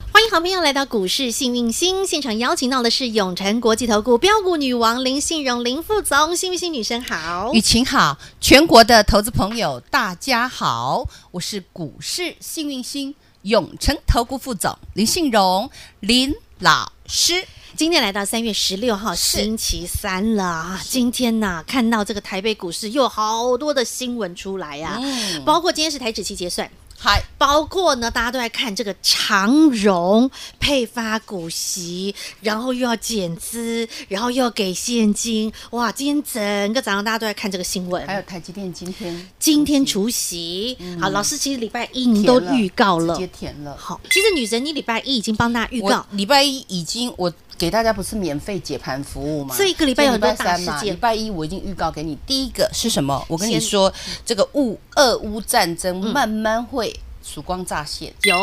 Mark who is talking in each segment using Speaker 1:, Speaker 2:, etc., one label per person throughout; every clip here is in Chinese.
Speaker 1: 迎好朋友来到股市幸运星现场，邀请到的是永诚国际投顾标股女王林信荣林副总，幸运星女神好
Speaker 2: 雨。晴好，全国的投资朋友大家好，我是股市幸运星永诚投顾副总林信荣林老师。
Speaker 1: 今天来到三月十六号
Speaker 2: 是
Speaker 1: 星期三了啊！今天呐、看到这个台北股市又有好多的新闻出来呀、
Speaker 2: 嗯
Speaker 1: 包括今天是台指期结算，
Speaker 2: 嗨，
Speaker 1: 包括呢，大家都在看这个长荣配发股息，然后又要减资，然后又要给现金，哇！今天整个早上大家都在看这个新闻，
Speaker 2: 还有台积电今天
Speaker 1: 今天除夕，好，老师其实礼拜一你嗯都
Speaker 2: 填了
Speaker 1: 预告了
Speaker 2: 直接，填了。
Speaker 1: 好，其实女神你礼拜一已经帮大家预告
Speaker 2: 我，礼拜一已经我给大家不是免费解盘服务吗？
Speaker 1: 这一个礼拜有很多大事件
Speaker 2: 就礼拜三嘛礼拜一我已经预告给你，第一个是什么？我跟你说，这个乌俄乌战争慢慢会曙光乍现。
Speaker 1: 有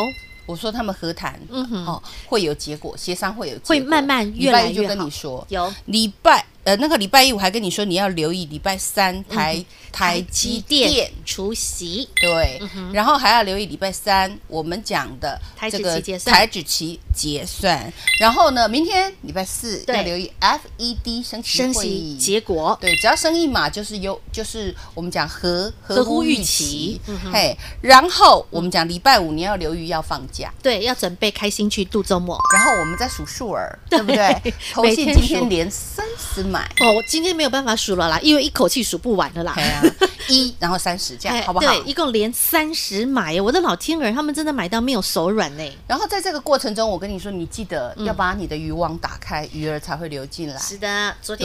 Speaker 2: 我说他们和谈，
Speaker 1: 嗯哼
Speaker 2: 哦，会有结果，协商会有结果，
Speaker 1: 会慢慢越来越好
Speaker 2: 礼拜一就跟你说，
Speaker 1: 有
Speaker 2: 礼拜呃那个礼拜一我还跟你说你要留意礼拜三
Speaker 1: 嗯
Speaker 2: 台、台积电。
Speaker 1: 除夕，
Speaker 2: 对，
Speaker 1: 嗯
Speaker 2: 然后还要留意礼拜三我们讲的
Speaker 1: 台指
Speaker 2: 这个
Speaker 1: 期结算
Speaker 2: 台指期结算，然后呢，明天礼拜四
Speaker 1: 对
Speaker 2: 要留意 FED 升息
Speaker 1: 升
Speaker 2: 会
Speaker 1: 息
Speaker 2: 议
Speaker 1: 结果
Speaker 2: 对，只要升一码就是有，就是我们讲合
Speaker 1: 合乎预期嗯
Speaker 2: 期，嘿，然后我们讲礼拜五你要留意要放假，
Speaker 1: 对，要准备开心去度周末。
Speaker 2: 然后我们再数数儿，对不对？ 投
Speaker 1: 每
Speaker 2: 信
Speaker 1: 天
Speaker 2: 今
Speaker 1: 数
Speaker 2: 天连三十 买，
Speaker 1: 哦，我今天没有办法数了啦，因为一口气数不完了啦哎
Speaker 2: 哎。呀，一然后三十这样好不好？
Speaker 1: 对，一共连三十买耶，我的老天儿，他们真的买到没有手软呢。
Speaker 2: 然后在这个过程中，我跟你说，你记得要把你的渔网打开，鱼儿才会流进来。
Speaker 1: 的，昨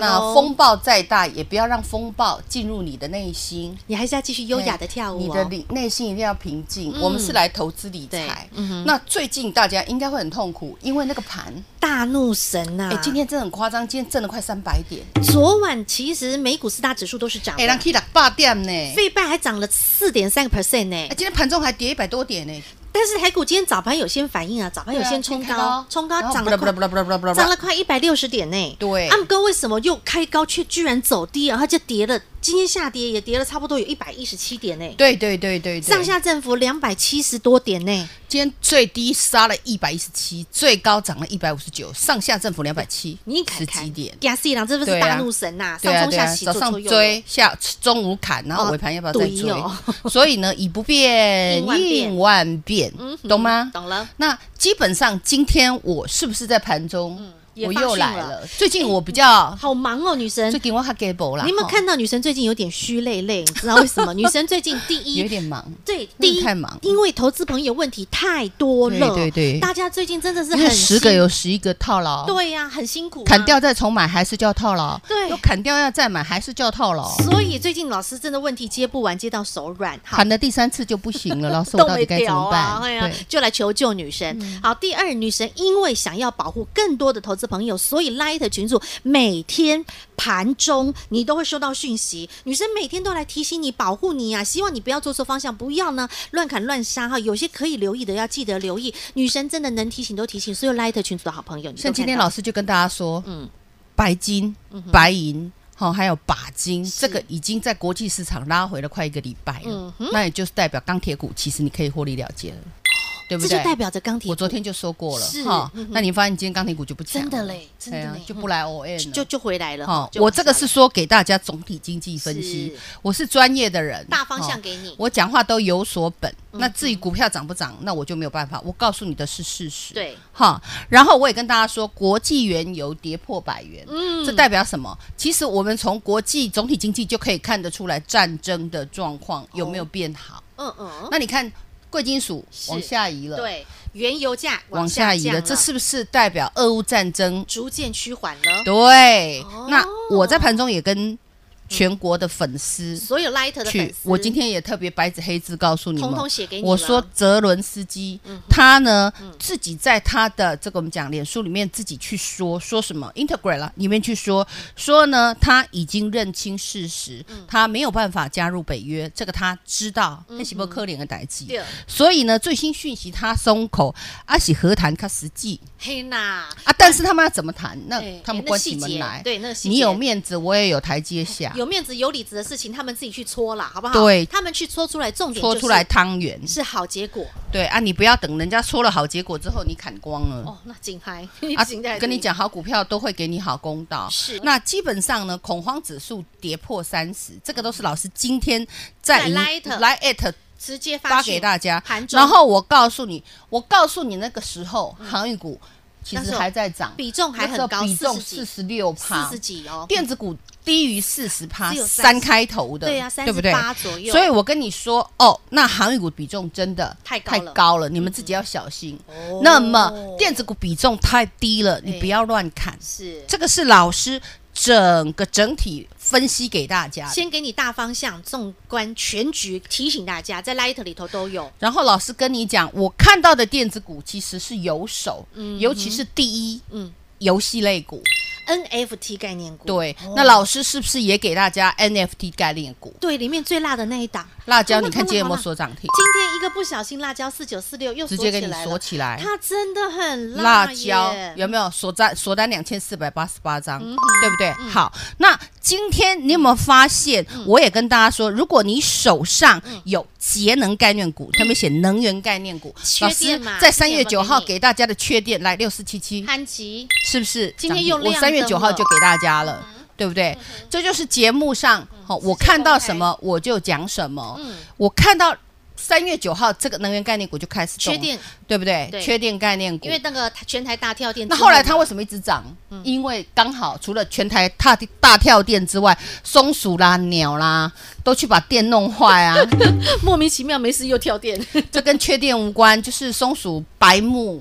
Speaker 2: 那
Speaker 1: 咯
Speaker 2: 风暴再大，也不要让风暴进入你的内心。
Speaker 1: 你还是要继续优雅的跳舞、哦，嗯
Speaker 2: 你的里内心一定要平静。我们是来投资理
Speaker 1: 对
Speaker 2: 财
Speaker 1: 嗯哼，
Speaker 2: 那最近大家应该会很痛苦，因为那个盘，
Speaker 1: 大怒神啊呐、
Speaker 2: 哎，今天真的很夸张，今天挣了快三百点，
Speaker 1: 昨晚其实美股四大指数都是涨的，
Speaker 2: 哎，让 K 打霸点呢。
Speaker 1: 费半还涨了四点三个 percent 呢
Speaker 2: 哎，。今天盘中还跌一百多点呢，
Speaker 1: 但是台股今天早盘有先反应啊，早盘有先冲高，
Speaker 2: 啊
Speaker 1: 冲高涨了
Speaker 2: 了，不
Speaker 1: 快
Speaker 2: 啦不啦不啦不啦不啦不
Speaker 1: 涨
Speaker 2: 啦，
Speaker 1: 了快一百六十点呢。
Speaker 2: 对
Speaker 1: 按哥为什么又开高却居然走低，然后就跌了，今天下跌也跌了差不多有一百一十七点呢。
Speaker 2: 对对对对对，
Speaker 1: 上下振幅两百七十多点呢，
Speaker 2: 今天最低杀了一百一十七，最高涨了一百五十九，上下振幅两百七，
Speaker 1: 你看
Speaker 2: 十
Speaker 1: 看，
Speaker 2: 几点？
Speaker 1: 亚四郎这不是
Speaker 2: 对啊
Speaker 1: 大怒神呐、
Speaker 2: 对
Speaker 1: 上
Speaker 2: 啊
Speaker 1: 冲
Speaker 2: 对
Speaker 1: 下
Speaker 2: 啊，
Speaker 1: 洗
Speaker 2: 早
Speaker 1: 左
Speaker 2: 上
Speaker 1: 左右右
Speaker 2: 追，下中午砍，然
Speaker 1: 哦
Speaker 2: 后尾盘要不要再
Speaker 1: 对
Speaker 2: 追
Speaker 1: 哦？
Speaker 2: 所以呢，以不变
Speaker 1: 应万变
Speaker 2: 应万变，懂吗？
Speaker 1: 嗯懂了。
Speaker 2: 那基本上今天我是不是在盘中
Speaker 1: 也
Speaker 2: 我
Speaker 1: 发
Speaker 2: 又
Speaker 1: 讯
Speaker 2: 来
Speaker 1: 了
Speaker 2: 了？最近我比较
Speaker 1: 好忙哦，女神
Speaker 2: 最。近我还 g a b 啦，
Speaker 1: 你有没有
Speaker 2: 哈
Speaker 1: 看到女神最近有点虚累累？你知道为什么？女神最近第
Speaker 2: 有
Speaker 1: 一。
Speaker 2: 点忙？
Speaker 1: 对，
Speaker 2: 那
Speaker 1: 第
Speaker 2: 你
Speaker 1: 一
Speaker 2: 太忙
Speaker 1: 因为投资朋友问题太多了，
Speaker 2: 对对对
Speaker 1: 大家最近真的是
Speaker 2: 因为
Speaker 1: 很
Speaker 2: 十个有十一个套牢，
Speaker 1: 辛，对呀、很辛苦、啊，
Speaker 2: 砍掉再重买还是叫套牢，
Speaker 1: 对
Speaker 2: 又砍掉要再买还是叫套牢，
Speaker 1: 所以最近老师真的问题接不完，接到手软，好
Speaker 2: 喊了第三次就不 行了，老师，我到底该怎么办？
Speaker 1: 哎呀
Speaker 2: 对，嗯
Speaker 1: 就来求救女神。好，第二，女神因为想要保护更多的投资朋友，所以 Light 群组每天盘中你都会收到讯息，女神每天都来提醒你、保护你啊，希望你不要做错方向，不要呢乱砍乱杀哈。有些可以留意的要记得留意，女神真的能提醒都提醒所有 Light 群组的好朋友。你都
Speaker 2: 像今天
Speaker 1: 看到
Speaker 2: 老师就跟大家说，
Speaker 1: 嗯
Speaker 2: 嗯，白金、白银。好，还有钯金，
Speaker 1: 是
Speaker 2: 这个已经在国际市场拉回了快一个礼拜
Speaker 1: 嗯
Speaker 2: 了，那也就是代表钢铁股其实你可以获利了结了，对不
Speaker 1: 这就代
Speaker 2: 对？
Speaker 1: 表着钢铁
Speaker 2: 我昨天就说过了
Speaker 1: 是，嗯哼
Speaker 2: 那你发现今天钢铁股就不强
Speaker 1: 真
Speaker 2: 了
Speaker 1: 的，嘞，真
Speaker 2: 对
Speaker 1: 的
Speaker 2: 啊
Speaker 1: 嘞，，嗯
Speaker 2: 就不来 O N
Speaker 1: 就就就回来了
Speaker 2: 哈
Speaker 1: 哈。。就
Speaker 2: 我这个是
Speaker 1: 往下
Speaker 2: 说给大家总体经济分析
Speaker 1: 是，
Speaker 2: 我是专业的人，
Speaker 1: 大方向
Speaker 2: 哦
Speaker 1: 给你，嗯
Speaker 2: 我讲话都有所本。那至于股票涨不涨，那我就没有办法。我告诉你的是事实。
Speaker 1: 对，
Speaker 2: 哈。然后我也跟大家说，国际原油跌破百元，
Speaker 1: 嗯
Speaker 2: 这代表什么？其实我们从国际总体经济就可以看得出来，战争的状
Speaker 1: 哦
Speaker 2: 况有没有变好。
Speaker 1: 嗯嗯，
Speaker 2: 那你看，贵金属
Speaker 1: 是
Speaker 2: 往下移了，，
Speaker 1: 对，原油价
Speaker 2: 往下移
Speaker 1: 降
Speaker 2: 了，这是不是代表俄乌战争
Speaker 1: 逐渐趋缓了。
Speaker 2: 对，
Speaker 1: 哦
Speaker 2: 那我在盘中也跟全国的粉丝
Speaker 1: 所有 Light 哦的粉
Speaker 2: 去，
Speaker 1: 丝，
Speaker 2: 我今天也特别白纸黑字告诉你们，
Speaker 1: 通通写给你了嗯
Speaker 2: 我说泽伦斯基，他呢自己在他的这个我们讲脸书里面自己去说说什么 Instagram 啦里面去说说呢，他已经认清事实，
Speaker 1: 嗯
Speaker 2: 他没有办法加入北约，这个他知道，那是不可怜的代际。
Speaker 1: 嗯对
Speaker 2: 所以呢，最新讯息他松口，阿喜和谈他实际
Speaker 1: 嘿呐，
Speaker 2: 啊，但是他们要怎么谈？那
Speaker 1: 哎
Speaker 2: 他们
Speaker 1: 哎那
Speaker 2: 关
Speaker 1: 细
Speaker 2: 起门
Speaker 1: 节
Speaker 2: 来，
Speaker 1: 对那个细
Speaker 2: 你有
Speaker 1: 节
Speaker 2: 面子，我也有台阶下。
Speaker 1: 有面子有里子的事情，他们自己去搓啦，好不好？
Speaker 2: 对
Speaker 1: 他们去搓出来， 重点就
Speaker 2: 搓
Speaker 1: 是
Speaker 2: 出来汤圆。
Speaker 1: 是好结果
Speaker 2: 对啊，你不要等人家搓了好结果之后你砍光了。
Speaker 1: 哦。那景嗨，
Speaker 2: 啊
Speaker 1: 景在，
Speaker 2: 跟你讲，好股票都会给你好公道。
Speaker 1: 是
Speaker 2: 那基本上呢，恐慌指数跌破三十，这个都是老师今天
Speaker 1: 在
Speaker 2: 在
Speaker 1: Lite
Speaker 2: 来 at
Speaker 1: 直接
Speaker 2: 发
Speaker 1: 发
Speaker 2: 给
Speaker 1: 讯
Speaker 2: 大家
Speaker 1: 盘。中嗯
Speaker 2: 然后我告诉你，我告诉你那个时候，航运股其
Speaker 1: 那时
Speaker 2: 实
Speaker 1: 候
Speaker 2: 还在涨，
Speaker 1: 比重还
Speaker 2: 那时候
Speaker 1: 很高，
Speaker 2: 比重
Speaker 1: 四
Speaker 2: 四十六趴
Speaker 1: 四十，几哦。
Speaker 2: 电子股低于四十趴，
Speaker 1: 只有30
Speaker 2: 三开头的，
Speaker 1: 对啊，三
Speaker 2: 对
Speaker 1: 十
Speaker 2: 不对？
Speaker 1: 八左右。
Speaker 2: 所以我跟你说，哦，那航运股比重真的
Speaker 1: 太高
Speaker 2: 太
Speaker 1: 了嗯
Speaker 2: 高了，你们自己要小心。
Speaker 1: 哦
Speaker 2: 那么电子股比重太低了，你不要乱砍。
Speaker 1: 是
Speaker 2: 这个是老师整个整体分析给大家的。
Speaker 1: 先给你大方向，纵观全局，提醒大家，在 Light 里头都有。
Speaker 2: 然后老师跟你讲，我看到的电子股其实是有手，尤其是第一，
Speaker 1: 嗯
Speaker 2: 游戏类股。
Speaker 1: NFT 概念股，
Speaker 2: 对，
Speaker 1: 哦
Speaker 2: 那老师是不是也给大家 NFT 概念股？
Speaker 1: 对里面最辣哦的那一档
Speaker 2: 辣椒，
Speaker 1: 好了
Speaker 2: 你看今天有没有
Speaker 1: 好了
Speaker 2: 锁涨停？
Speaker 1: 今天一个不小心，辣椒四九四六又
Speaker 2: 直
Speaker 1: 锁
Speaker 2: 接
Speaker 1: 起
Speaker 2: 给你
Speaker 1: 来
Speaker 2: 锁
Speaker 1: 了，
Speaker 2: 起来。
Speaker 1: 它真的很
Speaker 2: 辣
Speaker 1: 辣
Speaker 2: 椒
Speaker 1: 耶嗯
Speaker 2: 有没有锁单锁单两千四百八十八张，对不对？好，那今天你有没有发现？
Speaker 1: 嗯
Speaker 2: 我也跟大家说，如果你手上有节能概念股，特别写能源概念股，
Speaker 1: 缺
Speaker 2: 老师
Speaker 1: 电嘛之前
Speaker 2: 在三
Speaker 1: 有没
Speaker 2: 月
Speaker 1: 有
Speaker 2: 九号
Speaker 1: 给
Speaker 2: 给大家的缺电来六四七七，
Speaker 1: 憨吉
Speaker 2: 是不是？
Speaker 1: 今天
Speaker 2: 涨停
Speaker 1: 又
Speaker 2: 我
Speaker 1: 亮
Speaker 2: 三月
Speaker 1: 灯
Speaker 2: 九号
Speaker 1: 了嗯
Speaker 2: 就给大家了。对不对？这就是节目上，好，我看到什么我就讲什么。
Speaker 1: 嗯
Speaker 2: 我看到三月九号这个能源概念股就开始动
Speaker 1: 缺
Speaker 2: 了，
Speaker 1: 电，
Speaker 2: 对不对？
Speaker 1: 对
Speaker 2: 缺电概念股，
Speaker 1: 因为那个全台大跳电之
Speaker 2: 那
Speaker 1: 嘛，
Speaker 2: 后来它为什么一直涨？因为刚好除了全台大大跳电之外，松鼠啦、鸟啦，都去把电弄 坏啊。
Speaker 1: 莫名其妙没事又跳电，
Speaker 2: 这跟缺电无关，就是松鼠白目，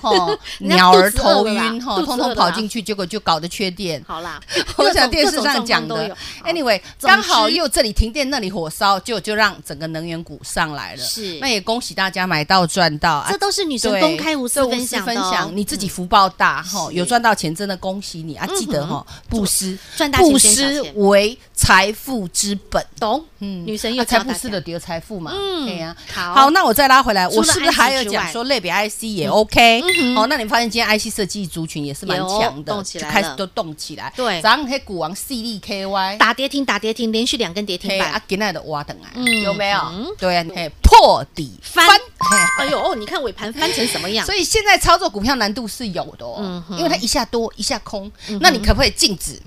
Speaker 2: 吼，
Speaker 1: 嗯 人家
Speaker 2: 鸟儿
Speaker 1: 肚子饿
Speaker 2: 头
Speaker 1: 了啦
Speaker 2: 晕，吼，
Speaker 1: 肚子
Speaker 2: 通
Speaker 1: 饿
Speaker 2: 通
Speaker 1: 了
Speaker 2: 跑
Speaker 1: 啦
Speaker 2: 进去，结果就搞得缺电。
Speaker 1: 好啦，
Speaker 2: 我
Speaker 1: 各
Speaker 2: 想
Speaker 1: 种
Speaker 2: 电视
Speaker 1: 各种
Speaker 2: 上
Speaker 1: 状
Speaker 2: 讲
Speaker 1: 况都
Speaker 2: 的
Speaker 1: 有
Speaker 2: ，anyway，
Speaker 1: 总
Speaker 2: 刚好
Speaker 1: 之
Speaker 2: 又这里停电，那里火烧，就就让整个能源股上来了。
Speaker 1: 是
Speaker 2: 那也恭喜大家买到赚到啊
Speaker 1: 这！都是女生
Speaker 2: 对，
Speaker 1: 公开无私
Speaker 2: 这
Speaker 1: 分享的、哦，嗯
Speaker 2: 你自己福报大哈，
Speaker 1: 是
Speaker 2: 有赚到钱真的恭喜你啊！记得
Speaker 1: 嗯
Speaker 2: 哈，布施
Speaker 1: 赚大钱
Speaker 2: 布
Speaker 1: 捐小
Speaker 2: 施
Speaker 1: 钱
Speaker 2: 为财富之本，
Speaker 1: 懂？
Speaker 2: 嗯
Speaker 1: 女神又
Speaker 2: 啊财
Speaker 1: 教
Speaker 2: 布
Speaker 1: 大
Speaker 2: 施
Speaker 1: 家。
Speaker 2: 的得有财富嘛，
Speaker 1: 嗯
Speaker 2: 对呀。
Speaker 1: 好
Speaker 2: 好，那我再拉回来，
Speaker 1: 除了
Speaker 2: 我是不是还有
Speaker 1: IC
Speaker 2: 讲
Speaker 1: 之嗯
Speaker 2: 说类别 IC 也 OK？哦，那你发现今天 IC 设计族群也是蛮
Speaker 1: 有
Speaker 2: 强的，
Speaker 1: 动起
Speaker 2: 就
Speaker 1: 来
Speaker 2: 开始
Speaker 1: 了
Speaker 2: 都动起来。
Speaker 1: 对
Speaker 2: 早上黑股王 CDKY。
Speaker 1: 打跌停，打跌停，连续两根跌停
Speaker 2: 嘿，
Speaker 1: 板
Speaker 2: 啊。，今天的挖等啊，
Speaker 1: 嗯
Speaker 2: 有没有
Speaker 1: 嗯？
Speaker 2: 对啊，嘿，破底
Speaker 1: 翻
Speaker 2: 嘿
Speaker 1: 哎呦哦，你看尾盘翻成什么样？
Speaker 2: 所以现在操作股票难度是有的哦
Speaker 1: 嗯，哼嗯
Speaker 2: 因为它一下多一下空，那你可不可以禁止？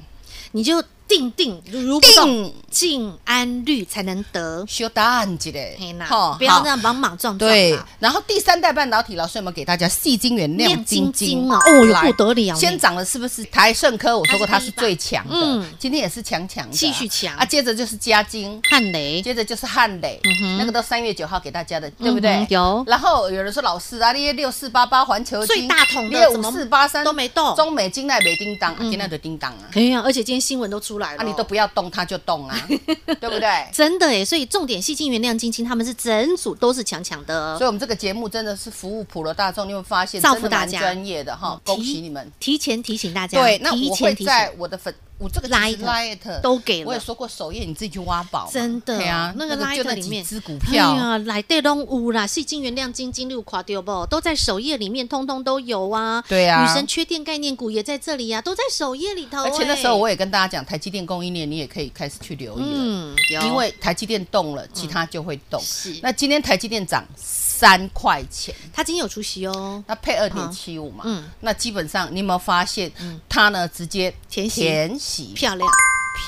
Speaker 1: 你就定定如如不动，
Speaker 2: 定
Speaker 1: 静安律才能得。
Speaker 2: 修蛋之
Speaker 1: 嘿
Speaker 2: 类
Speaker 1: 呐，，
Speaker 2: 吼
Speaker 1: 不要那
Speaker 2: 好
Speaker 1: 样莽莽撞撞
Speaker 2: 对
Speaker 1: 啊。。
Speaker 2: 然后第三代半导体，老师有没有给大家细晶元亮
Speaker 1: 亮晶
Speaker 2: 晶晶
Speaker 1: 晶啊哦哟
Speaker 2: 来
Speaker 1: 不得了呢
Speaker 2: 先涨了是不是？台盛科我说过它
Speaker 1: 它是
Speaker 2: 是
Speaker 1: 第一
Speaker 2: 最强的
Speaker 1: 嗯，
Speaker 2: 今天也是强强的啊，
Speaker 1: 继续强
Speaker 2: 啊。接着就是嘉晶，
Speaker 1: 汉雷
Speaker 2: 接着就是汉磊，那个都三月九号给大家的，对不对
Speaker 1: 嗯？有
Speaker 2: 然后有人说老师啊，你六四八八环球金
Speaker 1: 最大桶的
Speaker 2: 你
Speaker 1: 怎
Speaker 2: 五
Speaker 1: 么
Speaker 2: 四八三
Speaker 1: 都没动嗯
Speaker 2: 中美金奈没叮当，啊今奈就叮当啊，
Speaker 1: 哎呀，而且今天新闻都出来了，
Speaker 2: 啊你都不要动它就 动啊，对不对？
Speaker 1: 真的哎，所以重点细晶原亮晶晶他们是整组都是强强
Speaker 2: 所
Speaker 1: 的哦
Speaker 2: 以，，我们这个节目真的是服务普罗大众，你会发现
Speaker 1: 造
Speaker 2: 真
Speaker 1: 福
Speaker 2: 的
Speaker 1: 大
Speaker 2: 蛮
Speaker 1: 家
Speaker 2: 专业的哈，
Speaker 1: 提
Speaker 2: 恭喜你们。
Speaker 1: 提前提醒大家，
Speaker 2: 对，那
Speaker 1: 提
Speaker 2: 我会
Speaker 1: 前提
Speaker 2: 在
Speaker 1: 醒，
Speaker 2: 我的粉，我这个
Speaker 1: Lite
Speaker 2: light
Speaker 1: 都给了
Speaker 2: 我也说过首页你自己去挖宝嘛，
Speaker 1: 真的
Speaker 2: 对啊，
Speaker 1: 那
Speaker 2: 那
Speaker 1: 个
Speaker 2: 个就
Speaker 1: Light
Speaker 2: 那
Speaker 1: 里
Speaker 2: 几
Speaker 1: 面
Speaker 2: 只股票，
Speaker 1: 哎呀，来对拢有啦，细晶原亮晶晶六垮掉不，都在首页里面，通通都有啊。
Speaker 2: 对啊
Speaker 1: 女神缺电概念股也在这里呀、啊，都在首页里头、
Speaker 2: 而且那时候
Speaker 1: 哎
Speaker 2: 我也跟大家讲，台积电供应链你也可以开始去留意了，
Speaker 1: 嗯，有
Speaker 2: 因为台积电动了，其他就会动。
Speaker 1: 是
Speaker 2: 那今天台积电涨三块钱，
Speaker 1: 他今天有出席哦，
Speaker 2: 那配二点七五嘛，
Speaker 1: 嗯
Speaker 2: 那基本上你有没有发现它呢直接
Speaker 1: 填息嗯
Speaker 2: 填息
Speaker 1: 漂亮，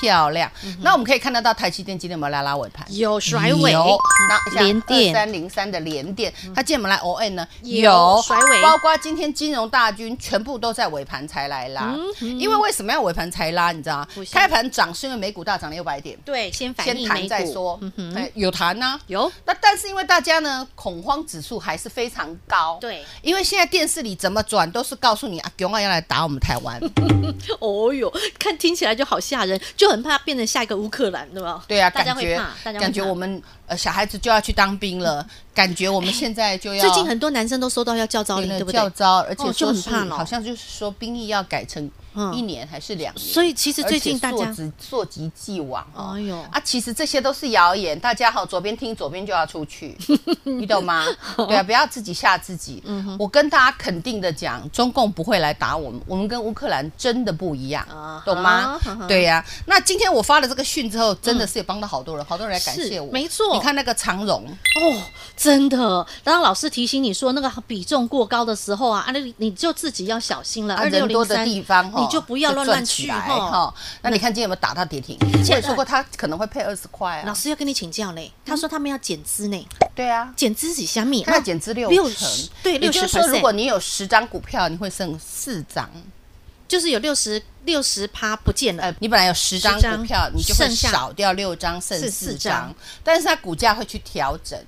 Speaker 2: 漂亮？那我们可以看得到台积电今天有没有拉拉尾盘？
Speaker 1: 有甩尾，
Speaker 2: 有，那
Speaker 1: 连
Speaker 2: 二
Speaker 1: 电嗯
Speaker 2: 三零三的连电，它今天我们来 O N 呢
Speaker 1: 有甩尾
Speaker 2: 包括今天金融大军全部都在尾盘才来拉，因为为什么要尾盘才拉？你知道吗
Speaker 1: 嗯不？是
Speaker 2: 开盘涨是因为美股大涨了六百点，
Speaker 1: 对，先反
Speaker 2: 先
Speaker 1: 应
Speaker 2: 谈
Speaker 1: 美
Speaker 2: 再
Speaker 1: 股，
Speaker 2: 说
Speaker 1: 嗯，哼，
Speaker 2: 哎有谈呐。
Speaker 1: 有
Speaker 2: 那但是因为大家呢恐慌指数还是非常高，
Speaker 1: 对，
Speaker 2: 因为现在电视里怎么转都是告诉你啊，永远要来打我们台 湾，
Speaker 1: 哦哟，看听起来就好吓人，就很怕变成下一个乌克兰，对吧？
Speaker 2: 对啊，
Speaker 1: 大家
Speaker 2: 感
Speaker 1: 会
Speaker 2: 觉
Speaker 1: 怕大家会
Speaker 2: 感觉
Speaker 1: 怕
Speaker 2: 我们呃小孩子就要去当兵了，感觉我们现在就要
Speaker 1: 最近很多男生都收到要教招令，对不对
Speaker 2: 哦教？招，而且
Speaker 1: 哦就
Speaker 2: 说
Speaker 1: 很
Speaker 2: 是
Speaker 1: 怕了
Speaker 2: 好像就是说兵役要改成
Speaker 1: 嗯
Speaker 2: 一年还是两年。
Speaker 1: 所以其实最近大
Speaker 2: 而且
Speaker 1: 家，
Speaker 2: 溯及溯及既往哦，
Speaker 1: 哎呦
Speaker 2: 啊，其实这些都是谣言，大家好，左边听左边就要出 去，你懂吗？对
Speaker 1: 哦
Speaker 2: 啊，不要自己吓自己。
Speaker 1: 嗯
Speaker 2: 我跟大家肯定的讲，中共不会来打我们，我们跟乌克兰真的不一样
Speaker 1: 啊哈，
Speaker 2: 懂吗
Speaker 1: 啊哈？嗯
Speaker 2: 对呀、那今天我发了这个讯之后，真的是也帮到好多人，好多人来感谢我
Speaker 1: 是，没错
Speaker 2: 你看那个长荣，
Speaker 1: 哦，真的。当老师提醒你说那个比重过高的时候啊，啊，那你你就自己要小心了。
Speaker 2: 啊
Speaker 1: 二六
Speaker 2: 人
Speaker 1: 零
Speaker 2: 多的
Speaker 1: 三
Speaker 2: 地方哈，
Speaker 1: 你就不要乱乱
Speaker 2: 赚起
Speaker 1: 去
Speaker 2: 来
Speaker 1: 哈。
Speaker 2: 哈。那你看今天有没有打到跌停？我也说过他可能会配二十块
Speaker 1: 老
Speaker 2: 啊。
Speaker 1: 师要跟你请教嘞，他说他们要减资呢，
Speaker 2: 对啊，
Speaker 1: 减资几虾米？
Speaker 2: 他要减资六
Speaker 1: 六
Speaker 2: 成
Speaker 1: 十，对
Speaker 2: 也就是说，
Speaker 1: 60%
Speaker 2: 如果你有十张股票，你会剩四张。
Speaker 1: 就是有六十六十趴不见了。
Speaker 2: 呃，你本来有十张
Speaker 1: 10张
Speaker 2: 股票，你就会
Speaker 1: 剩下
Speaker 2: 少掉六张，剩
Speaker 1: 是
Speaker 2: 四
Speaker 1: 四
Speaker 2: 张
Speaker 1: 张。
Speaker 2: 但是它股价会去调整，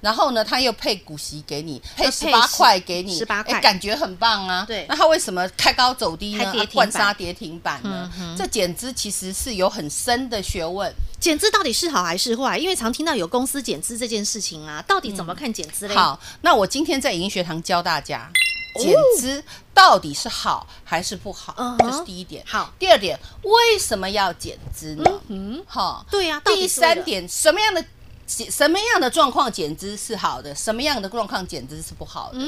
Speaker 2: 然后呢，它又配股息给你，配
Speaker 1: 配
Speaker 2: 十八
Speaker 1: 10
Speaker 2: 块给你，
Speaker 1: 18块
Speaker 2: 哎感觉很棒啊。
Speaker 1: 对
Speaker 2: 那它为什么开高走低呢？
Speaker 1: 还跌
Speaker 2: 它
Speaker 1: 停
Speaker 2: 灌
Speaker 1: 板嗯
Speaker 2: 杀跌停板呢？这简直其实是有很深的学问。
Speaker 1: 减资到底是好还是坏？因为常听到有公司减资这件事情啊，到底怎么看减资嘞？，
Speaker 2: 嗯好，那我今天在影音学堂教大家减资到底是好还是不好，
Speaker 1: 哦嗯哼
Speaker 2: 这是第一点。
Speaker 1: 好，
Speaker 2: 第二点，为什么要减资呢？嗯，好。
Speaker 1: 对呀、啊，到底
Speaker 2: 第
Speaker 1: 是为了
Speaker 2: 三，点，什么样的减什么样的状况减资是好的，什么样的状况减资是不好的？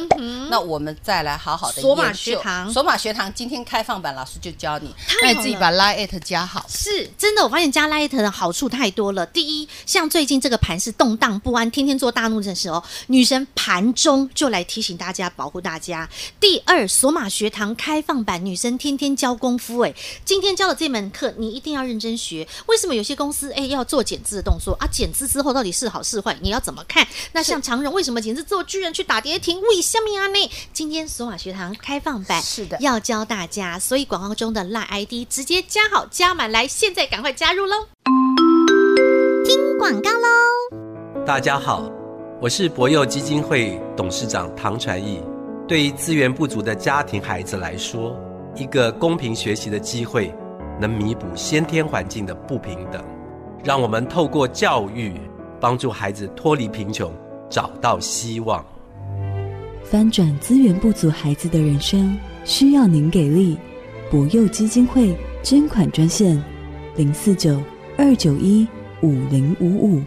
Speaker 2: 那我们再来好好的
Speaker 1: 嗯索马学堂
Speaker 2: 索马学堂今天开放版，老师就教你，
Speaker 1: 太
Speaker 2: 那你
Speaker 1: 好
Speaker 2: 自己
Speaker 1: 了
Speaker 2: 把 Line at 加好。
Speaker 1: 是真的，我发现加 Light 的好处太多了。第一，像最近这个盘是动荡不安，天天做大怒的时候，女神盘中就来提醒大家，保护大家。第二，索马学堂开放版，女生天天教功夫、诶，今天教的这门课你一定要认真学。为什么有些公司诶要做减资的动作啊？减资之后到底是好是坏，你要怎么看？那像常人为什么减资之后居然去打跌停？为什么啊呢？今天索马学堂开放版
Speaker 2: 是的
Speaker 1: 要教大家，所以广告中的赖 ID 直接加好加满来，现在赶快加入喽！听广告喽。
Speaker 3: 大家好，我是博幼基金会董事长唐传义。对于资源不足的家庭孩子来说，一个公平学习的机会，能弥补先天环境的不平等。让我们透过教育，帮助孩子脱离贫穷，找到希望。
Speaker 4: 翻转资源不足孩子的人生，需要您给力。博幼基金会捐款专线：零四九二九一五零五五。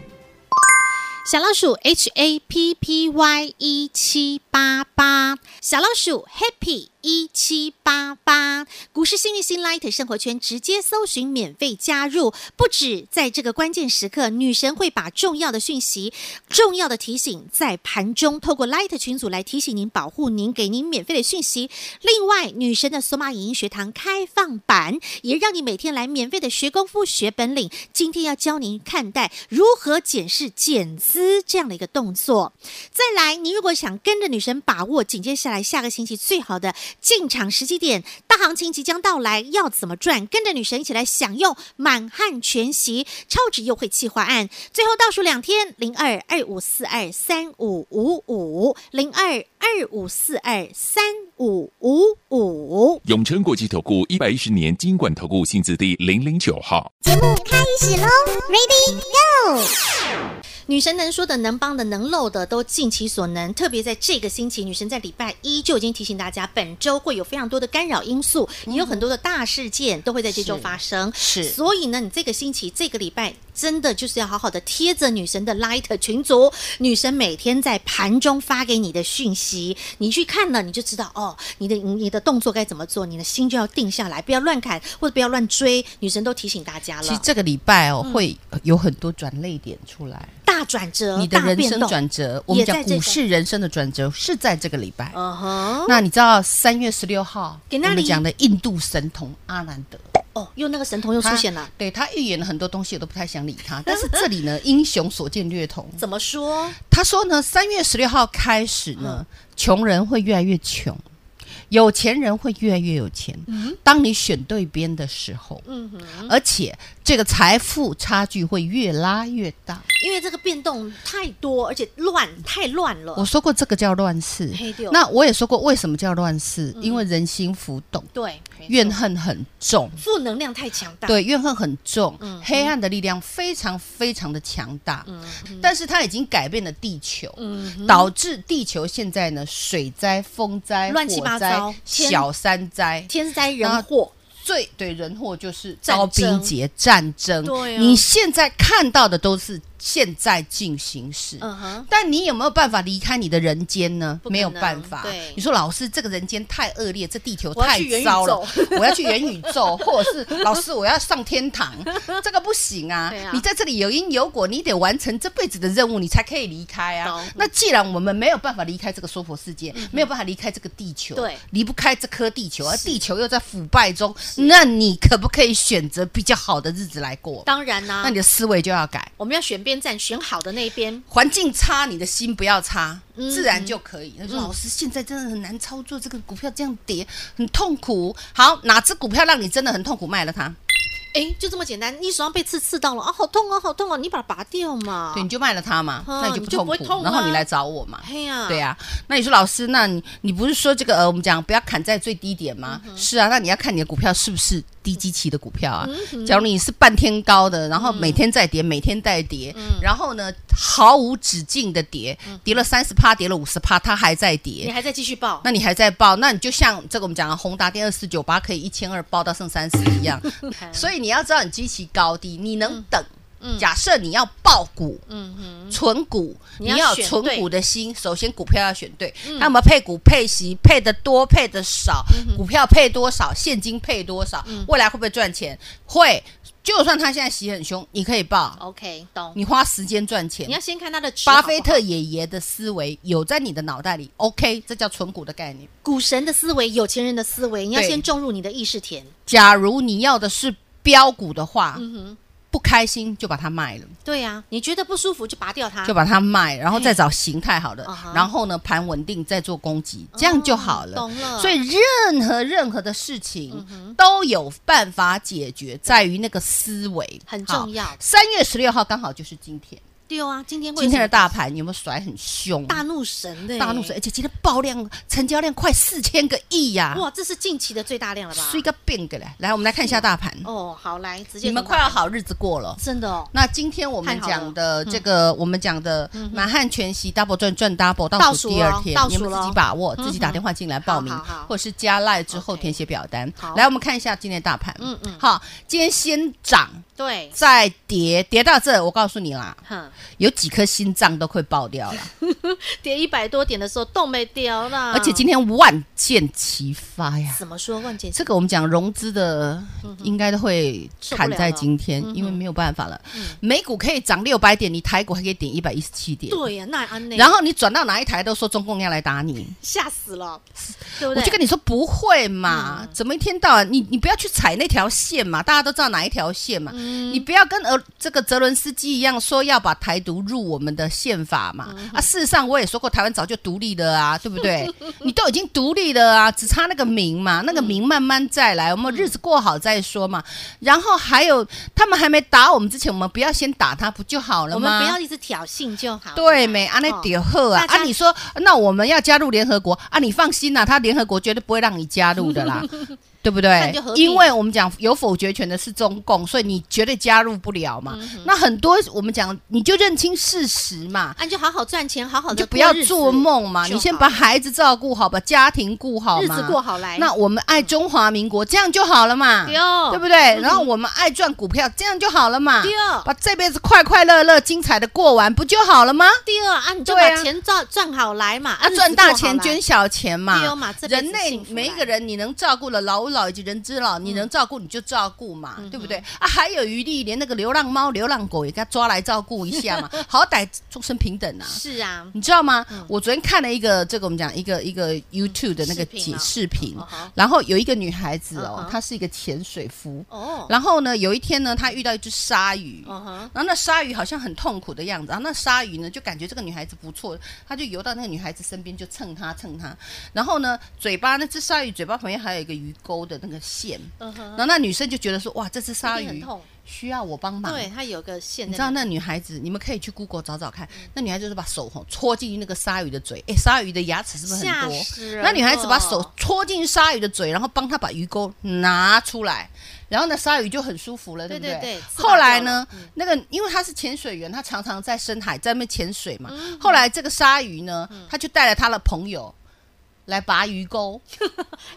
Speaker 1: 小老鼠 H A P P Y 一七八八，小老鼠 Happy 一七八八，股市新明星 Light 生活圈直接搜寻免费加入。不止在这个关键时刻，女神会把重要的讯息、重要的提醒在盘中透过 Light 群组来提醒您、保护您，给您免费的讯息。另外，女神的索马影音学堂开放版，也让你每天来免费的学功夫、学本领。今天要教您看待如何检视减资这样的一个动作。再来，您如果想跟着女神把握紧接下来下个星期最好的进场时机点，大行情即将到来，要怎么赚？跟着女神一起来享用满汉全席超值优惠计划案。最后倒数两天，零二二五四二三五五五，零二二五四二三五五五。
Speaker 5: 永诚国际投顾一百一十年金管投顾性质第零零九号。
Speaker 1: 女神能说的、能帮的、能漏的，都尽其所能。特别在这个星期，女神在礼拜一就已经提醒大家，本周会有非常多的干扰因素，也有很多的大事件都会在这周
Speaker 2: 是
Speaker 1: 发生。
Speaker 2: 嗯是
Speaker 1: 所以呢，你这个星期、这个礼拜真的就是要好好的贴着女神的 Light 群组，女神每天在盘中发给你的讯息，你去看了你就知道哦，你的你你的动作该怎么做，你的心就要定下来，不要乱砍或者不要乱追。女神都提醒大家
Speaker 2: 其实
Speaker 1: 了，
Speaker 2: 这个礼拜哦，
Speaker 1: 嗯
Speaker 2: 会有很多转泪点出来，
Speaker 1: 大转折，
Speaker 2: 你的
Speaker 1: 大
Speaker 2: 人
Speaker 1: 变
Speaker 2: 生
Speaker 1: 动。
Speaker 2: 转折，我们
Speaker 1: 也在
Speaker 2: 讲
Speaker 1: 这
Speaker 2: 股
Speaker 1: 个
Speaker 2: 市人生的转折是在这个礼拜。
Speaker 1: 嗯哼，
Speaker 2: 那你知道三月十六号
Speaker 1: 给那里
Speaker 2: 我们讲的印度神童阿南德
Speaker 1: 哦，又那个神童又出现了
Speaker 2: 他。对他预言了很多东西，我都不太想理 他。但是这里呢，英雄所见略同。
Speaker 1: 怎么说？
Speaker 2: 他说呢，三月十六号开始呢，
Speaker 1: 嗯
Speaker 2: 穷人会越来越穷，有钱人会越来越有钱。
Speaker 1: 嗯
Speaker 2: 当你选对边的时候，而且这个财富差距会越拉越大。
Speaker 1: 因为这个变动太多，而且乱，太乱
Speaker 2: 我
Speaker 1: 了。
Speaker 2: 说过这个叫乱世
Speaker 1: 嘿对，
Speaker 2: 那我也说过为什么叫乱世，
Speaker 1: 嗯
Speaker 2: 因为人心浮动，
Speaker 1: 对，没错
Speaker 2: 怨恨很重。
Speaker 1: 负能量太强嗯大。，嗯
Speaker 2: 对，怨恨很重，黑暗的力量非常非常的强大，
Speaker 1: 嗯
Speaker 2: 但是它已经改变了地球，导致地球现在呢水灾、风灾、
Speaker 1: 乱七八
Speaker 2: 火灾
Speaker 1: 糟天
Speaker 2: 小山灾，
Speaker 1: 天灾人祸，
Speaker 2: 最对人祸就是
Speaker 1: 战
Speaker 2: 刀兵
Speaker 1: 争
Speaker 2: 节战争。
Speaker 1: 对啊
Speaker 2: 你现在看到的都是现在进行时。
Speaker 1: 嗯哼，
Speaker 2: 但你有没有办法离开你的人间呢
Speaker 1: 不？可能
Speaker 2: 没有办法
Speaker 1: 对。
Speaker 2: 你说老师，这个人间太恶劣，这地球
Speaker 1: 我要
Speaker 2: 太
Speaker 1: 去元宇
Speaker 2: 糟了
Speaker 1: 宙，
Speaker 2: 我要去元宇宙，或者是老师，我要上天堂， 这个不行啊
Speaker 1: 对啊！
Speaker 2: 你在这里有因有果，你得完成这辈子的任务，你才可以离开啊
Speaker 1: 懂。嗯
Speaker 2: 那既然我们没有办法离开这个娑婆世界，没有办法离开这个地球，
Speaker 1: 对
Speaker 2: 离不开这颗地球，而地球又在腐败中，那你可不可以选择比较好的日子来过？
Speaker 1: 当然啦、
Speaker 2: 那你的思维就要改。
Speaker 1: 我们要选边站，选好的那一边。
Speaker 2: 环境差，你的心不要差，
Speaker 1: 嗯
Speaker 2: 自然就可以。他说：“老师，现在真的很难操作，这个股票这样跌很痛苦。好，哪只股票让你真的很痛苦，卖了它，
Speaker 1: 哎，就这么简单，你手上被刺刺到了啊，好痛哦，好痛哦，你把它拔掉嘛。
Speaker 2: 对，你就卖了它嘛，
Speaker 1: 啊
Speaker 2: 那你就
Speaker 1: 你
Speaker 2: 不
Speaker 1: 就
Speaker 2: 痛
Speaker 1: 不会
Speaker 2: 苦。
Speaker 1: 痛啊
Speaker 2: 然后你来找我嘛，
Speaker 1: 嘿呀、
Speaker 2: 对啊。那你说老师，那你你不是说这个呃，我们讲不要砍在最低点
Speaker 1: 嗯
Speaker 2: 吗？是啊，那你要看你的股票是不是低基期的股票
Speaker 1: 嗯
Speaker 2: 啊。假如你是半天高的，然后每天在跌，每天在跌，
Speaker 1: 嗯
Speaker 2: 然后呢毫无止境的跌，跌了三十趴，跌了五十趴，它还在跌
Speaker 1: 你。还在继续报，
Speaker 2: 那你还在报，那你就像这个我们讲的宏达电二四九八可以一千二报到剩三十一 样，所以你要知道你基期高低，你能等。假设你要爆股，
Speaker 1: 嗯哼，
Speaker 2: 存股，
Speaker 1: 你
Speaker 2: 你
Speaker 1: 要
Speaker 2: 要有
Speaker 1: 选
Speaker 2: 存
Speaker 1: 对嗯
Speaker 2: 股的心。首先，股票要选对，那么配股、配息配的多、配的少，股票配多少，现金配多少，
Speaker 1: 嗯
Speaker 2: 未来会不会赚钱？会。就算他现在息很凶，你可以报，
Speaker 1: OK，懂。
Speaker 2: 你花时间赚钱
Speaker 1: 哦你。要先看它的值好啊
Speaker 2: 巴
Speaker 1: 不好
Speaker 2: 菲特爷爷的思维有在你的脑袋里，OK，这叫存股的概念。
Speaker 1: 股神的思维，有钱人的思维，你要
Speaker 2: 对
Speaker 1: 先种入你的意识田。
Speaker 2: 假如你要的是标股的话，
Speaker 1: 嗯
Speaker 2: 不开心就把它卖了，
Speaker 1: 对呀、你觉得不舒服就拔掉它，
Speaker 2: 就把它卖，然后再找形态好的
Speaker 1: 啊嗯哼，嗯
Speaker 2: 然后呢盘稳定再做攻击，这样就好了。
Speaker 1: 懂了嗯
Speaker 2: 所以任何任何的事情都有办法解决，在于那个思维
Speaker 1: 很重要
Speaker 2: 三月十六号刚好就是今天，
Speaker 1: 丢啊！今天会
Speaker 2: 今
Speaker 1: 有
Speaker 2: 天的
Speaker 1: 什么
Speaker 2: 大盘有没有甩很凶？
Speaker 1: 大怒神欸的耶
Speaker 2: 大怒水，而且今天爆量，成交量快四千个亿呀、
Speaker 1: 哇，这是近期的最大量了吧？
Speaker 2: 是一个变个嘞！来，我们来看一下大盘，
Speaker 1: 哦，好来，直接
Speaker 2: 你们
Speaker 1: 从
Speaker 2: 快要好日子过了。
Speaker 1: 真的哦，
Speaker 2: 那今天我们讲的这个，我们讲的满汉全席 double 赚赚 double
Speaker 1: 嗯倒
Speaker 2: 倒
Speaker 1: 数
Speaker 2: 数
Speaker 1: 咯
Speaker 2: 第二天
Speaker 1: 倒，数
Speaker 2: 你们自
Speaker 1: 咯
Speaker 2: 己把握，自己打电话进来报名
Speaker 1: 好好好，
Speaker 2: 或者是加赖之后
Speaker 1: OK
Speaker 2: 填写表单
Speaker 1: 好。
Speaker 2: 来，我们看一下今天的大盘，
Speaker 1: 嗯嗯
Speaker 2: 好，今天先涨
Speaker 1: 对，
Speaker 2: 再跌，跌到这，我告诉你啦，
Speaker 1: 哼，
Speaker 2: 有几颗心脏都快爆掉了，
Speaker 1: 跌一百多点的时候动没掉啦。
Speaker 2: 而且今天万箭齐发呀！
Speaker 1: 怎么说万姐？
Speaker 2: 这个我们讲融资的，
Speaker 1: 嗯
Speaker 2: 应该都会砍在今天，因为没有办法了。
Speaker 1: 嗯
Speaker 2: 美股可以涨六百点，你台股还可以点一百一十七点。
Speaker 1: 对呀，那安内，
Speaker 2: 然后你转到哪一台都说中共要来打你，
Speaker 1: 吓死了，对嗯不
Speaker 2: 我
Speaker 1: 对？
Speaker 2: 就跟你说不会嘛，怎么一天到晚你你不要去踩那条线嘛，大家都知道哪一条线嘛，
Speaker 1: 嗯
Speaker 2: 你不要跟俄这个泽伦斯基一样说要把台独入我们的宪法嘛，
Speaker 1: 嗯
Speaker 2: 啊，事实上我也说过台湾早就独立 了啊，对不对？你都已经独立了啊，只差那个名嘛，
Speaker 1: 嗯
Speaker 2: 那个名慢慢再来，我们日子过好再说嘛。然后还有他们还没打我们之前，我们不要先打他不就好了
Speaker 1: 我
Speaker 2: 吗？
Speaker 1: 们不要一直挑衅就好。
Speaker 2: 对没？啊，那
Speaker 1: 哦
Speaker 2: 点贺啊！
Speaker 1: 大家
Speaker 2: 啊，你说那我们要加入联合国啊？你放心啦、他联合国绝对不会让你加 入的啦，对不
Speaker 1: 那
Speaker 2: 对
Speaker 1: 就何？必
Speaker 2: 因为我们讲有否决权的是中共，所以你绝对加入不了嘛。
Speaker 1: 嗯
Speaker 2: 那很多我们讲，你就认清事实嘛。
Speaker 1: 啊，你就好好赚钱，好好
Speaker 2: 你
Speaker 1: 的
Speaker 2: 就不要做梦嘛！你先把孩子照顾好，把家庭顾好
Speaker 1: 日
Speaker 2: 嘛。
Speaker 1: 子过好来。
Speaker 2: 那我们爱中华民国，这样就好了嘛，
Speaker 1: 对哦
Speaker 2: 对不对？然后我们爱赚股票，这样就好了嘛，
Speaker 1: 对哦
Speaker 2: 把这辈子快快乐乐、精彩的过完，不就好了吗？
Speaker 1: 第二啊，你就
Speaker 2: 对
Speaker 1: 把
Speaker 2: 啊
Speaker 1: 钱赚赚好来嘛，
Speaker 2: 啊，
Speaker 1: 日子
Speaker 2: 赚大
Speaker 1: 过好
Speaker 2: 钱
Speaker 1: 来
Speaker 2: 捐小钱
Speaker 1: 对哦
Speaker 2: 嘛，
Speaker 1: 嘛这辈子
Speaker 2: 人类
Speaker 1: 幸福嗯
Speaker 2: 每一
Speaker 1: 啦
Speaker 2: 个人你能照顾了老吾老以及人之老，你能照顾你就照顾嘛，
Speaker 1: 嗯
Speaker 2: 对不对？啊，还有余力，连那个流浪猫、流浪狗也给它抓来照顾一 下嘛，好歹众生平等啊。
Speaker 1: 是啊，
Speaker 2: 你知道吗？我昨天看了一个这个我们讲一个一个 YouTube 的那
Speaker 1: 视
Speaker 2: 个
Speaker 1: 频
Speaker 2: 解
Speaker 1: 啊
Speaker 2: 视频
Speaker 1: 嗯哼，
Speaker 2: 然后有一个女孩子
Speaker 1: 嗯
Speaker 2: 哦
Speaker 1: 哼，
Speaker 2: 她是一个潜水夫，
Speaker 1: 哦，
Speaker 2: 然后呢，有一天呢，她遇到一只鲨鱼，
Speaker 1: 嗯哼，
Speaker 2: 然后那鲨鱼好像很痛苦的样子，然后那鲨鱼呢就感觉这个女孩子不错，它就游到那个女孩子身边就蹭她蹭她，然后呢嘴巴那只鲨鱼嘴巴旁边还有一个鱼钩的那个线，
Speaker 1: 嗯哼，
Speaker 2: 然后那女生就觉得说哇这只鲨
Speaker 1: 一定很
Speaker 2: 鱼
Speaker 1: 痛，
Speaker 2: 需要我帮忙。
Speaker 1: 对，它有个线
Speaker 2: 你
Speaker 1: 在
Speaker 2: 知道
Speaker 1: 那里，
Speaker 2: 那女孩子，你们可以去 Google 找找看，
Speaker 1: 嗯
Speaker 2: 那女孩子就是把手吼戳进去那个鲨鱼的嘴，哎，鲨鱼的牙齿是不是
Speaker 1: 吓
Speaker 2: 很多？
Speaker 1: 死人
Speaker 2: 那女孩子把
Speaker 1: 了
Speaker 2: 手戳进鲨鱼的嘴，然后帮她把鱼钩拿出来，然后呢，鲨鱼就很舒服了，
Speaker 1: 对
Speaker 2: 不对？
Speaker 1: 对对刺
Speaker 2: 后来
Speaker 1: 到
Speaker 2: 呢
Speaker 1: 了，嗯
Speaker 2: 那个因为她是潜水员，她常常在深海在那边潜水嘛。
Speaker 1: 嗯
Speaker 2: 后来这个鲨鱼呢，她就带了她的朋友来拔鱼钩，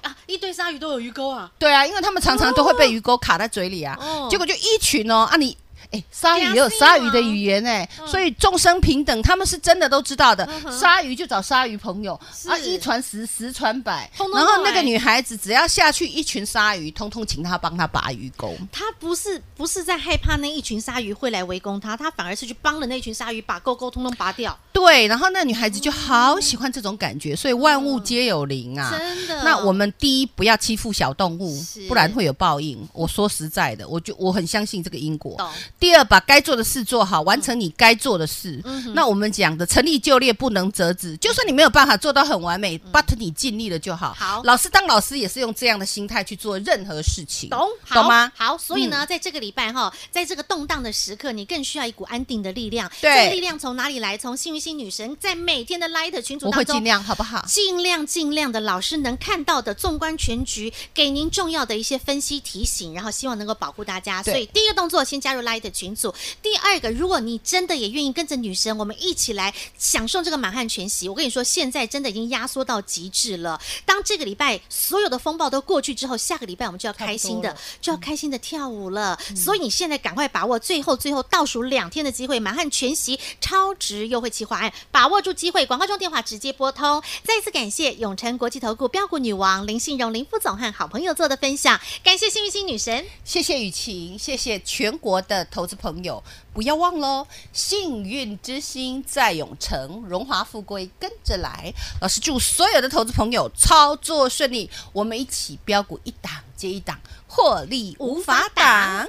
Speaker 1: 啊，一堆鲨鱼都有鱼钩啊，
Speaker 2: 对啊，因为他们常常都会被鱼钩卡在嘴里啊，
Speaker 1: 哦啊
Speaker 2: 结果就一群哦啊你。哎，鲨鱼也有鲨鱼的语言哎、
Speaker 1: 嗯
Speaker 2: 所以众生平等，他们是真的都知道的。鲨鱼就找鲨鱼朋友，
Speaker 1: 是
Speaker 2: 啊，一传十，十传百。
Speaker 1: 通通
Speaker 2: 然后
Speaker 1: 都来
Speaker 2: 那个女孩子只要下去，一群鲨鱼通通请她帮她拔鱼钩。
Speaker 1: 他不是不是在害怕那一群鲨鱼会来围攻他，他反而是去帮了那群鲨鱼把钩钩通通拔掉，
Speaker 2: 对，然后那女孩子就好喜欢这种感觉，所以万物皆有灵啊。
Speaker 1: 嗯真的。
Speaker 2: 那我们第一不要欺负小动物
Speaker 1: 是，
Speaker 2: 不然会有报应。我说实在的，我就我很相信这个因果
Speaker 1: 懂。
Speaker 2: 第二，把该做的事做好，完成你该做的事。
Speaker 1: 嗯
Speaker 2: 那我们讲的成立就业不能折止，就算你没有办法做到很完美，but 你尽力了就好。
Speaker 1: 嗯好
Speaker 2: 老师当老师也是用这样的心态去做任何事情，
Speaker 1: 懂好
Speaker 2: 懂吗？嗯
Speaker 1: 好，所以呢，在这个礼拜哈，在这个动荡的时刻，你更需要一股安定的力量。这
Speaker 2: 对
Speaker 1: 个力量从哪里来？从幸运星女神在每天的 Light 群组
Speaker 2: 我
Speaker 1: 当
Speaker 2: 会
Speaker 1: 中
Speaker 2: 尽。量，好不好？
Speaker 1: 尽量尽量的，老师能看到的，纵观全局，给您重要的一些分析提醒，然后希望能够保护大家。
Speaker 2: 对
Speaker 1: 所以第一个动作，先加入 Light 群组；第二个，如果你真的也愿意跟着女神，我们一起来享受这个满汉全席。我跟你说，现在真的已经压缩到极致了。当这个礼拜所有的风暴都过去之后，下个礼拜我们就要开心
Speaker 2: 差
Speaker 1: 的
Speaker 2: 不多，嗯
Speaker 1: 就要开心的跳舞了。所以你现在赶快把握最后最后倒数两天的机会，满汉全席超值优惠企划案，把握住机会。广告中电话直接拨通。再次感谢永诚国际投顾标股女王林信荣林副总和好朋友做的分享，感谢幸运星女神。
Speaker 2: 谢谢雨晴，谢谢全国的投资朋友，不要忘喽！幸运之星在永城，荣华富贵跟着来。老师祝所有的投资朋友操作顺利，我们一起标股一档接一档，获利无法挡。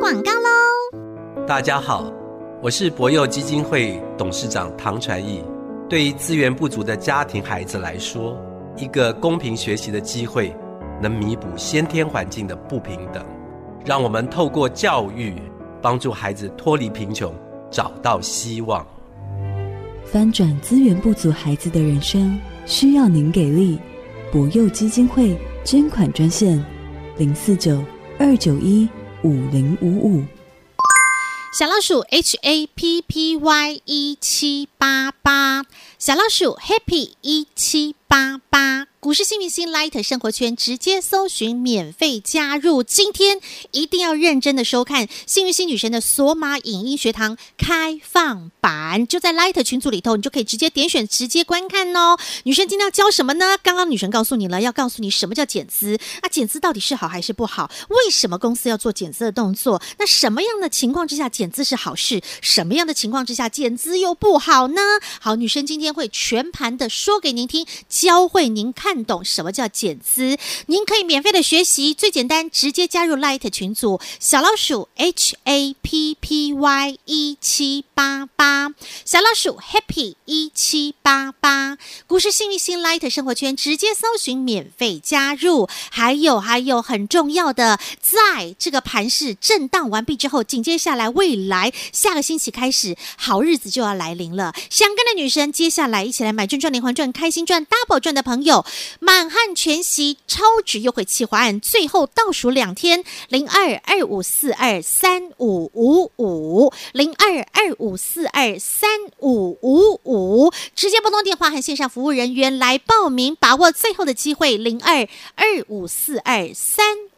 Speaker 1: 广告喽。
Speaker 3: 大家好，我是博幼基金会董事长唐传义。对于资源不足的家庭孩子来说，一个公平学习的机会，能弥补先天环境的不平等。让我们透过教育，帮助孩子脱离贫穷，找到希望。
Speaker 4: 翻转资源不足孩子的人生，需要您给力。博幼基金会捐款专线：零四九二九一五零五五。
Speaker 1: 小老鼠 H A P P Y 一七八八，小老鼠 Happy 一七八八，股市新明星 Light 生活圈直接搜寻免费加入。今天一定要认真的收看幸运星女神的索马影音学堂开放版，就在 Light 群组里头，你就可以直接点选直接观看哦。女神今天要教什么呢？刚刚女神告诉你了，要告诉你什么叫减资，那减资到底是好还是不好？为什么公司要做减资的动作？那什么样的情况之下减资是好事？什么样的情况之下减资又不好呢？好，女生今天会全盘的说给您听，教会您看懂什么叫减资。您可以免费的学习，最简单，直接加入 Light 群组，小老鼠 H A P P Y 一七八八，小老鼠 Happy 一七八八，股市幸运星 Light 生活圈直接搜寻免费加入。还有还有很重要的，在这个盘市震荡完毕之后，紧接下来未来下个星期开始，好日子就要来临了。想跟着女神接下来一起来买赚赚连环赚、开心赚、double 赚的朋友，满汉全席超值优惠企划案最后倒数两天，零二二五四二三五五五零二二五四二三五五五，直接拨通电话和线上服务人员来报名，把握最后的机会，零二二五四二三